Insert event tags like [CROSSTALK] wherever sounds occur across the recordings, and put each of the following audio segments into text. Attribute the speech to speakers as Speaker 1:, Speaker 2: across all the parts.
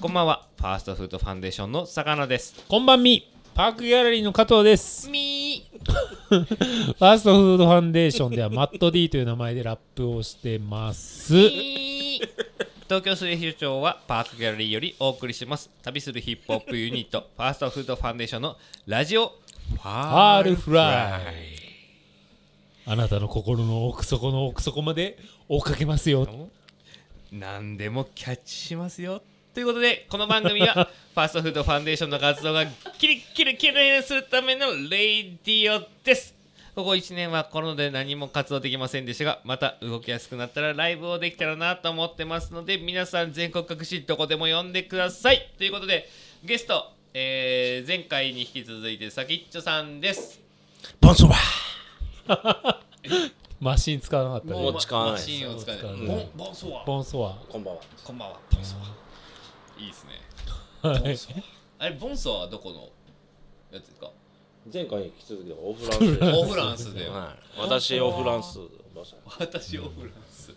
Speaker 1: こんばんはファーストフードファンデーションの坂野です
Speaker 2: こんばんみパークギャラリーの加藤です
Speaker 1: みー
Speaker 2: ファーストフードファンデーションではマット D という名前でラップをしてます
Speaker 1: 東京水平町はパークギャラリーよりお送りします旅するヒップホップユニットファーストフードファンデーションのラジオフ
Speaker 2: ァールフラあなたの心の奥底の奥底まで追っかけますよ
Speaker 1: イ何でもキャッチしますよということでこの番組はファーストフードファンデーションの活動がキリッキリキレイするためのレイディオですここ1年はコロナで何も活動できませんでしたがまた動きやすくなったらライブをできたらなと思ってますので皆さん全国各地どこでも呼んでくださいということでゲスト、えー前回に引き続いてさきっちょさんです
Speaker 3: ボンソバ
Speaker 2: マシン使わなかった
Speaker 3: も
Speaker 2: ね
Speaker 3: う使わない
Speaker 1: マ
Speaker 3: です
Speaker 1: シンを使わない
Speaker 2: も
Speaker 1: ボ
Speaker 2: う使わな
Speaker 1: ン
Speaker 2: い
Speaker 1: ボンソワ
Speaker 2: ボンソワ
Speaker 3: こんばんは。
Speaker 1: こんばんはボンソワいいですね
Speaker 2: はい
Speaker 1: あれボンソワはどこのやつです
Speaker 2: [LAUGHS]
Speaker 1: か
Speaker 3: 前回に引き続きオフランスで
Speaker 1: オフランスで
Speaker 3: はい。私オフランス。
Speaker 1: 私オフラン
Speaker 2: [LAUGHS]
Speaker 1: ス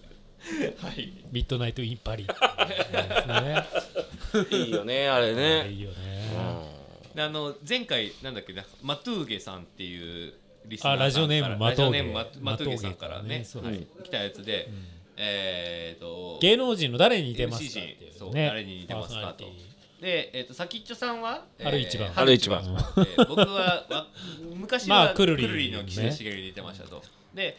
Speaker 1: はい
Speaker 2: ミッドナイトインパリですね
Speaker 3: いいよねあれね。
Speaker 2: いいよね
Speaker 1: であの前回なんだっけなマトゥーゲさんっていうリスナーさんから
Speaker 2: あラジオネーム
Speaker 1: ラジオネーム
Speaker 2: マ
Speaker 1: マ
Speaker 2: トゥ
Speaker 1: マトゥー
Speaker 2: ーゲ
Speaker 1: ゲさんからね
Speaker 2: マトゥーゲさん
Speaker 1: は
Speaker 2: ね
Speaker 1: い、来たやつで、えー、と
Speaker 2: 芸能人の誰に似てますか
Speaker 1: MC
Speaker 2: ってい
Speaker 1: そう
Speaker 2: うね
Speaker 1: 誰に似てますかと
Speaker 2: パーソナリティ
Speaker 1: で、えー、と先っちょさんは
Speaker 2: 春一番
Speaker 1: 春一番
Speaker 2: 春
Speaker 1: え
Speaker 2: [LAUGHS]
Speaker 1: ー僕はわ昔
Speaker 2: ま
Speaker 1: はく
Speaker 2: あく
Speaker 1: る
Speaker 2: る
Speaker 1: り
Speaker 2: り
Speaker 1: の岸田茂に似てましたと、で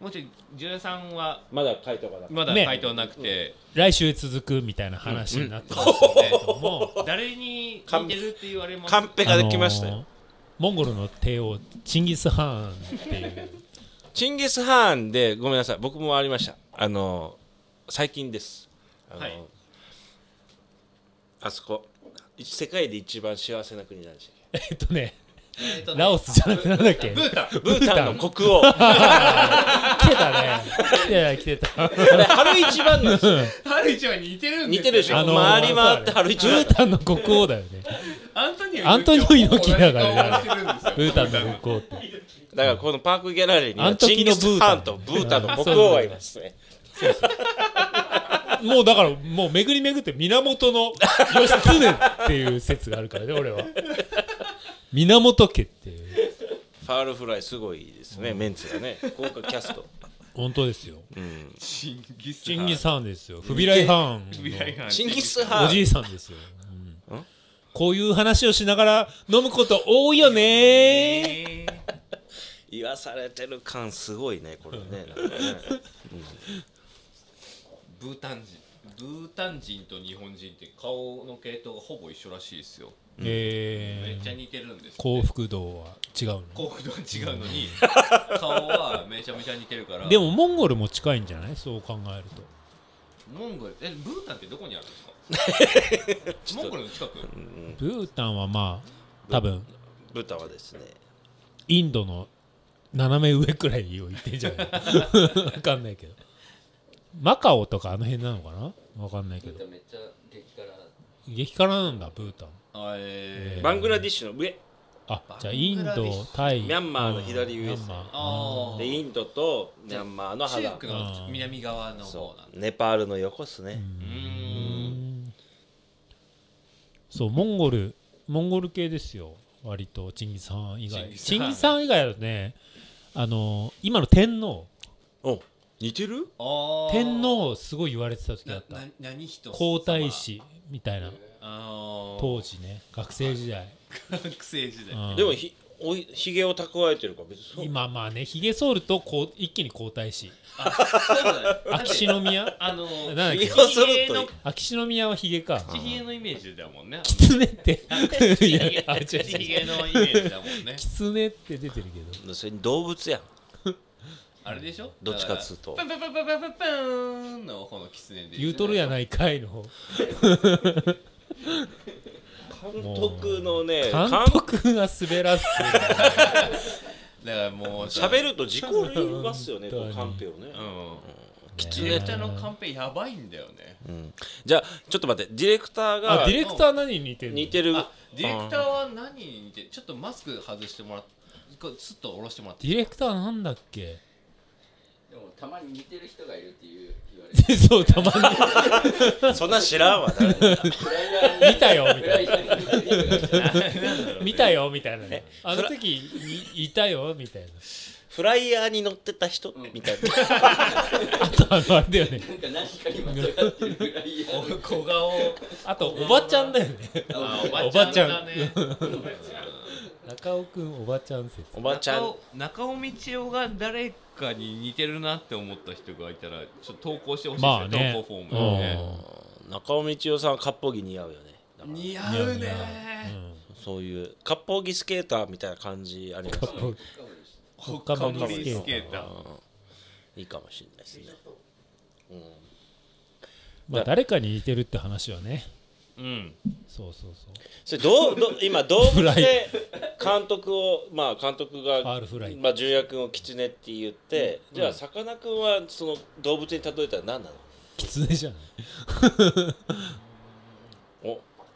Speaker 1: もうちょいジュンさんは
Speaker 3: まだ回答がなかっ
Speaker 1: まだ
Speaker 2: ね
Speaker 1: 回答なくて、
Speaker 2: 来週へ続くみたいな話になってました [LAUGHS] けれども、
Speaker 1: 誰に似てるって言われます
Speaker 3: た。カンペができました
Speaker 2: あの
Speaker 3: よ
Speaker 2: ー。モンゴルの帝王チンギス・ハーンっていう
Speaker 3: チンギスハーンでごめんなさい。僕もありました。あの最近です。あの
Speaker 1: はい
Speaker 3: あそこ世界で一番幸せな国なん
Speaker 2: [LAUGHS]
Speaker 3: でしたっけ
Speaker 2: えっとね
Speaker 1: えーとね
Speaker 2: ラオスじゃなくてなんだっけ
Speaker 1: ブータン
Speaker 3: ブータンの国王。
Speaker 2: 来てたねいやいや来てたあ
Speaker 3: あれ春一番なんですよ。
Speaker 1: 春一番に似てるんです
Speaker 3: 似てるでしょ。
Speaker 2: の
Speaker 3: 回り回って春一
Speaker 2: ブ
Speaker 3: 番
Speaker 2: ー。タンの国王だよね
Speaker 1: アントニオ
Speaker 2: アントニオ猪木だか
Speaker 1: 同
Speaker 2: らね
Speaker 1: じ顔してるんですよ
Speaker 2: ブータンの国王って
Speaker 3: だからこのパークギャラリーに
Speaker 2: あ
Speaker 3: は
Speaker 2: ん時
Speaker 3: チ
Speaker 2: の
Speaker 3: ンギスハーンとブータンの国王がいますね。
Speaker 2: もうだからもう巡り巡って源の義経っていう説があるからね俺は源家っていう
Speaker 3: ファールフライすごいですね、メンツがね豪華キャ
Speaker 2: [LAUGHS]
Speaker 3: スト、
Speaker 2: 本当ですよ
Speaker 3: うん、
Speaker 1: チンギス
Speaker 2: チンギス・ハーンですよフビライ・ハーン
Speaker 1: 未来
Speaker 2: の
Speaker 1: 班
Speaker 3: チンギスハーン
Speaker 2: おじいさんですよ、うん
Speaker 3: ん
Speaker 2: こういう話をしながら飲むこと多いよね
Speaker 1: えー
Speaker 3: 言わされてる感すごいねこれねなんかね
Speaker 1: ブータン人ブータン人と日本人って顔の系統がほぼ一緒らしいですよめ
Speaker 2: え
Speaker 1: っちゃ
Speaker 2: ー、
Speaker 1: 似てるんですって
Speaker 2: 幸福度は違うの
Speaker 1: 幸福度は違うの
Speaker 3: [LAUGHS]
Speaker 1: に顔はめちゃめちゃ似てるから
Speaker 2: でもモンゴルも近いんじゃないそう考えると
Speaker 1: モンゴルえブータンってどこにあるん
Speaker 3: [LAUGHS]
Speaker 1: ですかモンゴルの近く
Speaker 2: ブータンはまあ多分
Speaker 3: ブータンはですね
Speaker 2: インドの斜め上くらいを言ってんじゃ
Speaker 1: [LAUGHS]
Speaker 2: ないのわかんないけどマカオとかあの辺なのかなわかんないけど
Speaker 1: めっちゃ激辛
Speaker 2: 激辛なんだブータン
Speaker 1: えー
Speaker 3: バングラディッシュの上
Speaker 2: あじゃあイン
Speaker 1: バングラディッ
Speaker 2: ド
Speaker 1: シュ
Speaker 2: タイ
Speaker 3: ミャンマーの左上
Speaker 2: ミ
Speaker 3: で
Speaker 2: ャ
Speaker 3: す
Speaker 2: ン
Speaker 3: ね
Speaker 2: マ
Speaker 1: あ
Speaker 2: ー
Speaker 1: ー
Speaker 3: でインドとミャンマーの
Speaker 1: 中
Speaker 3: 肌
Speaker 1: 国の南側の方
Speaker 3: そ
Speaker 1: なんだ
Speaker 3: うネパールの横っすね、
Speaker 1: うーん
Speaker 2: そうモンゴルモンゴル系ですよ割とチンギス・ハーン以外
Speaker 1: チ
Speaker 2: チ
Speaker 1: ン
Speaker 2: ン
Speaker 1: ギ
Speaker 2: ギ
Speaker 1: ス
Speaker 2: ス・
Speaker 1: ハ
Speaker 2: ハーン以外だとねあの今の天皇
Speaker 3: お似てる
Speaker 1: あー
Speaker 2: 天皇すごい言われてた時だ
Speaker 1: な
Speaker 2: った
Speaker 1: な何人
Speaker 2: 皇太子みたいな
Speaker 1: あ
Speaker 2: 当時ね学生時代、
Speaker 1: 学生時代
Speaker 2: うん
Speaker 3: でもひおいひげを蓄えてるから別にそう
Speaker 2: 今まあねひげ剃るとこう一気に皇太子
Speaker 1: あそうだね
Speaker 2: 秋
Speaker 1: [LAUGHS]
Speaker 2: 篠宮
Speaker 1: あの
Speaker 2: なんだっ
Speaker 3: ひげ
Speaker 2: け
Speaker 3: を剃る
Speaker 1: ひげの
Speaker 3: と
Speaker 2: 秋篠宮はひげか
Speaker 1: ひげのイメージだもんね。
Speaker 2: 狐っていやあ違う違う
Speaker 1: ひげのイメージだもんね。
Speaker 2: 狐って出てるけど
Speaker 3: それ動物やん
Speaker 1: あれでしょ
Speaker 3: どっちかっつうと
Speaker 1: だからパンパンパンパンパンパンの方のキツネで。
Speaker 2: 言うとるやないかいの方
Speaker 3: 監督のね
Speaker 2: 監督が滑ら
Speaker 1: だか
Speaker 2: す
Speaker 1: らもう、
Speaker 3: 喋ると事故りますよね、こ
Speaker 2: 本当
Speaker 3: う
Speaker 2: に
Speaker 3: カンペをね、
Speaker 1: うん。
Speaker 3: き
Speaker 1: キツネちゃんのカンペやばいんだよね。
Speaker 3: うんじゃあちょっと待ってディレクター
Speaker 2: あ
Speaker 3: が
Speaker 2: ディレクター何に似てるの
Speaker 3: 似てる
Speaker 1: あ、ディレクターは何に似てちょっとマスク外してもらって、こうスッと下ろしてもらって。
Speaker 2: ディレクターなんだっけ
Speaker 4: でもたまに似てる人がいるっていう言われて
Speaker 2: そうたまに
Speaker 3: そんなん知らんわ誰
Speaker 4: フライヤーに
Speaker 2: 見たよみ
Speaker 4: フ
Speaker 2: た
Speaker 4: ラ
Speaker 2: い
Speaker 4: イヤーに似てる人がいる
Speaker 2: な見たよみたいなあの時いいたよみたいな
Speaker 3: フライヤーに乗ってた人みたいな
Speaker 2: あとあのあれだよね
Speaker 4: なんか何かにまとがってるフライヤーの
Speaker 1: 小顔
Speaker 2: あとおばちゃんだよね
Speaker 1: あ
Speaker 2: お
Speaker 1: お
Speaker 2: ば
Speaker 1: ば
Speaker 2: ち
Speaker 1: ち
Speaker 2: ゃ
Speaker 1: ゃ
Speaker 2: ん
Speaker 1: んだね
Speaker 2: 中尾くんおばちゃん説
Speaker 3: おばちゃん
Speaker 1: 中尾中尾道夫が誰かに似てるなって思った人がいたらちょっと投稿してほしいですね,、
Speaker 2: まあね
Speaker 1: 投稿フォームにね
Speaker 3: 中尾道夫さんは割烹着似合うよねだから
Speaker 1: 似
Speaker 2: うん
Speaker 1: 合う
Speaker 2: 似
Speaker 1: ね
Speaker 2: 合ううん
Speaker 3: そういう割烹着スケーターみたいな感じあります
Speaker 2: カッ
Speaker 3: ね
Speaker 2: プほっかむりス
Speaker 1: ほ
Speaker 2: ケー
Speaker 1: っかむりス
Speaker 2: ター
Speaker 1: ケーター
Speaker 3: いいかもしれないですねうん
Speaker 2: まあ誰かに似てるって話はね
Speaker 1: うん
Speaker 2: そうそうそ
Speaker 3: それどうどう今動物
Speaker 2: フライ
Speaker 3: で監督をまあ監督
Speaker 2: うファ
Speaker 3: が
Speaker 2: ールフライ
Speaker 3: まあ重役を狐って言って、じゃあさかなクンはその動物に例えたら何なの
Speaker 2: キツネじゃない
Speaker 3: お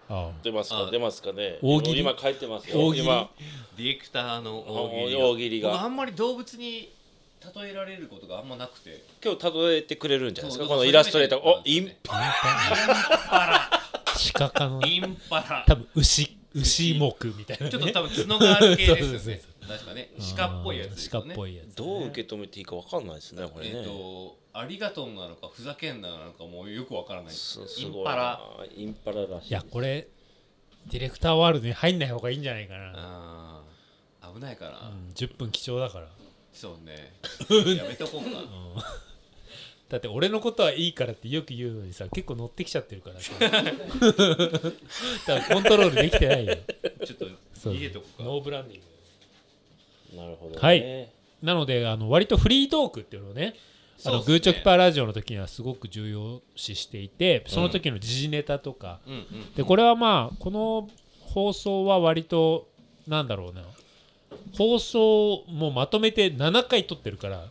Speaker 2: ああ
Speaker 3: 出ますか
Speaker 1: あ
Speaker 3: 出ますかね
Speaker 2: 大喜利
Speaker 3: 今書いてますよ
Speaker 2: 大喜利
Speaker 3: 今
Speaker 1: ディレクターの大喜利が
Speaker 3: 大喜利
Speaker 1: 僕あ
Speaker 3: が
Speaker 1: んまり動物に例えられることがあんまなくて
Speaker 3: 今日例えてくれるんじゃないですか
Speaker 1: そ
Speaker 3: こ
Speaker 1: う
Speaker 3: のイラストレーター
Speaker 1: それ
Speaker 3: お
Speaker 1: で
Speaker 3: イン
Speaker 2: 鹿かの
Speaker 1: インパラ
Speaker 2: 多分牛牛目みたいなね
Speaker 1: ちょっと多分角がある系で
Speaker 2: そう
Speaker 1: す
Speaker 2: そう
Speaker 1: よね確かね鹿っぽいやつです
Speaker 2: 鹿
Speaker 1: よ
Speaker 2: っ
Speaker 1: ね
Speaker 2: ぽいやつ
Speaker 3: どう受け止めていいかわかんないですねこれ
Speaker 1: えっ、
Speaker 3: ね
Speaker 1: とありがとうなのかふざけんななのかもうよくわからないです
Speaker 3: すす
Speaker 1: イ
Speaker 3: ごい
Speaker 1: ンパラ
Speaker 3: なインパラらしい
Speaker 2: いやこれディレクターワールドに入んない方がいいんじゃないかな、
Speaker 1: あー危ないから、
Speaker 2: うん、10分貴重だから
Speaker 1: そうねやめとこうか
Speaker 2: だって俺のことはいいからってよく言うのにさ結構乗ってきちゃってるか
Speaker 1: [LAUGHS]
Speaker 2: らさだからコントロールできてないよ
Speaker 1: ちょっと
Speaker 2: そう
Speaker 1: 逃げとこうか
Speaker 2: ノーブランディング
Speaker 3: なるほどね
Speaker 2: はいなのであの割とフリートークっていうのをねあの
Speaker 1: そうっす
Speaker 2: グ
Speaker 1: ね
Speaker 2: ーチョキパーラジオの時にはすごく重要視していてその時の時事ネタとか、
Speaker 1: うんうん
Speaker 2: でこれはまあこの放送は割となんだろうな放送もまとめて7回撮ってるから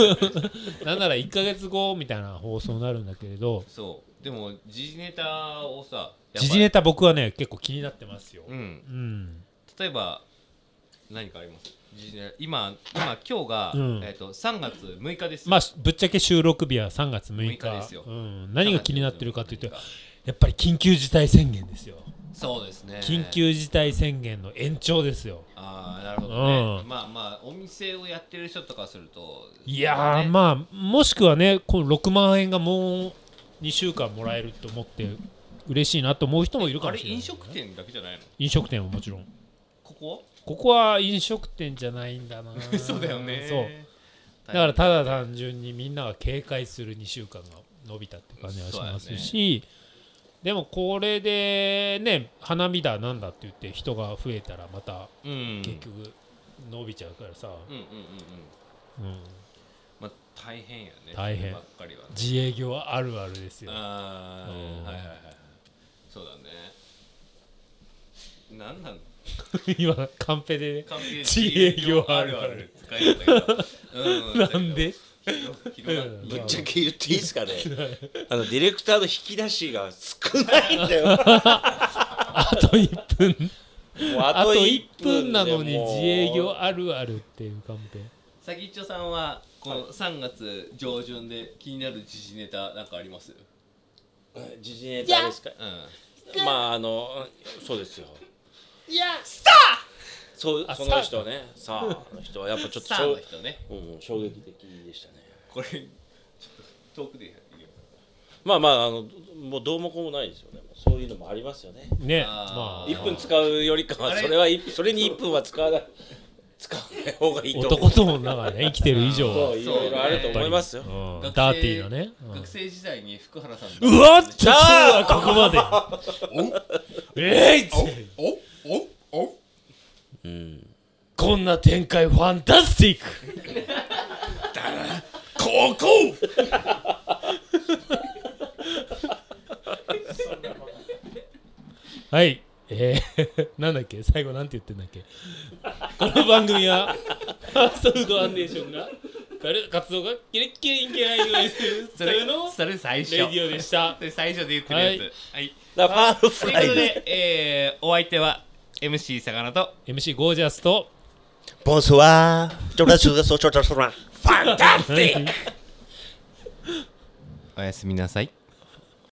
Speaker 1: [LAUGHS]
Speaker 2: なんなら1ヶ月後みたいな放送になるんだけれど
Speaker 1: そうでも時事ネタをさやっぱり
Speaker 2: 時事ネタ僕はね結構気になってますよ、
Speaker 1: うん
Speaker 2: うん、
Speaker 1: 例えば何かあります時事ネタ今今今日が、
Speaker 2: うん
Speaker 1: えっ、と3月6日です
Speaker 2: まあぶっちゃけ収録日は3月6日
Speaker 1: 6日ですよ
Speaker 2: うん、何が気になってるかというとやっぱり緊急事態宣言ですよ
Speaker 1: そうですね
Speaker 2: 緊急事態宣言の延長ですよ
Speaker 1: ああなるほどね、
Speaker 2: うん
Speaker 1: まあまあお店をやってる人とかすると
Speaker 2: いやー、
Speaker 1: ね
Speaker 2: まあもしくはねこの6万円がもう2週間もらえると思って嬉しいなと思う人もいるか
Speaker 1: あ
Speaker 2: も
Speaker 1: れ
Speaker 2: しれない、
Speaker 1: 飲食店だけじゃないの
Speaker 2: 飲食店はもちろん
Speaker 1: ここ
Speaker 2: ここは飲食店じゃないんだな
Speaker 1: [LAUGHS] そうだよね
Speaker 2: そう
Speaker 1: だ
Speaker 2: だからただ単純にみんなが警戒する2週間が伸びたって感じがしますし、でもこれでね花見だなんだって言って人が増えたらまた
Speaker 1: うん
Speaker 2: 結局伸びちゃうからさ、
Speaker 1: うんうんうんうん
Speaker 2: うん、
Speaker 1: まあ大変やね
Speaker 2: 大変
Speaker 1: ばっかりはね
Speaker 2: 自営業あるあるですよ
Speaker 1: ああ
Speaker 2: うん
Speaker 1: はいはいはいそうだねなんなの
Speaker 2: [LAUGHS] 今カンペでね
Speaker 1: 完璧
Speaker 2: 自営業あるある
Speaker 1: 使い方がう
Speaker 2: [LAUGHS] なんで
Speaker 1: 広広がっ
Speaker 2: うん
Speaker 3: ぶっちゃけ言っていいです
Speaker 2: [LAUGHS]
Speaker 3: かねあのディレクターの引き出しが少ないんだ
Speaker 2: [LAUGHS]
Speaker 3: よもう
Speaker 2: あと1分あ
Speaker 3: あ
Speaker 2: と
Speaker 3: 一
Speaker 2: 1分なの
Speaker 3: で
Speaker 2: に
Speaker 3: もう
Speaker 2: 自営業あるあるっていうカンペ
Speaker 1: さきっちょさんはこの3月上旬で気になる時事ネタなんかあります
Speaker 3: 時事ネタですか
Speaker 1: うん
Speaker 3: まああのそうですよ
Speaker 2: いや
Speaker 3: そう
Speaker 2: あ
Speaker 3: その人ねさああの人はやっぱちょっと
Speaker 1: さあ
Speaker 3: 衝
Speaker 1: の人ね
Speaker 3: うん、衝撃的でしたね
Speaker 1: これちょっと遠くでやっていいよ
Speaker 3: まあまああのもうどうもこうもないですよねもうそういうのもありますよね
Speaker 2: ねま
Speaker 1: あ
Speaker 2: あ
Speaker 1: ー
Speaker 3: 1分使うよりかは
Speaker 1: あれ
Speaker 3: それは一それに1分は使わない使わない方がいいと思う
Speaker 2: 男と女がね生きてる以上
Speaker 3: そ
Speaker 2: は
Speaker 3: ういろいろあると思いますよ
Speaker 2: うん
Speaker 1: 学生
Speaker 2: ダーティーなねうん
Speaker 1: 学生時代に福原さん
Speaker 2: うわっと今日はここまで [LAUGHS] えいっ
Speaker 1: おおお
Speaker 3: うん
Speaker 2: こんな展開ファンタスティック
Speaker 1: ここ
Speaker 2: はいえー [LAUGHS] なんだっけ最後なんて言ってんだっけこの番組は [LAUGHS] ファーストフードファンデーションが軽活動がキレッキレインケアイする
Speaker 1: そ
Speaker 2: ため
Speaker 1: れ
Speaker 2: の
Speaker 1: それ最初
Speaker 2: レディオでした
Speaker 1: それ最初で言ってるやつはい、
Speaker 3: だからファールフ
Speaker 1: という
Speaker 3: ラ
Speaker 1: こ
Speaker 3: イ
Speaker 1: と
Speaker 3: で
Speaker 1: で、えー、お相手は MC 魚と
Speaker 2: MC ゴージャスと
Speaker 3: ボンソワー、ちょらちょらそちょらそら、ファンタスティック
Speaker 1: おやすみなさい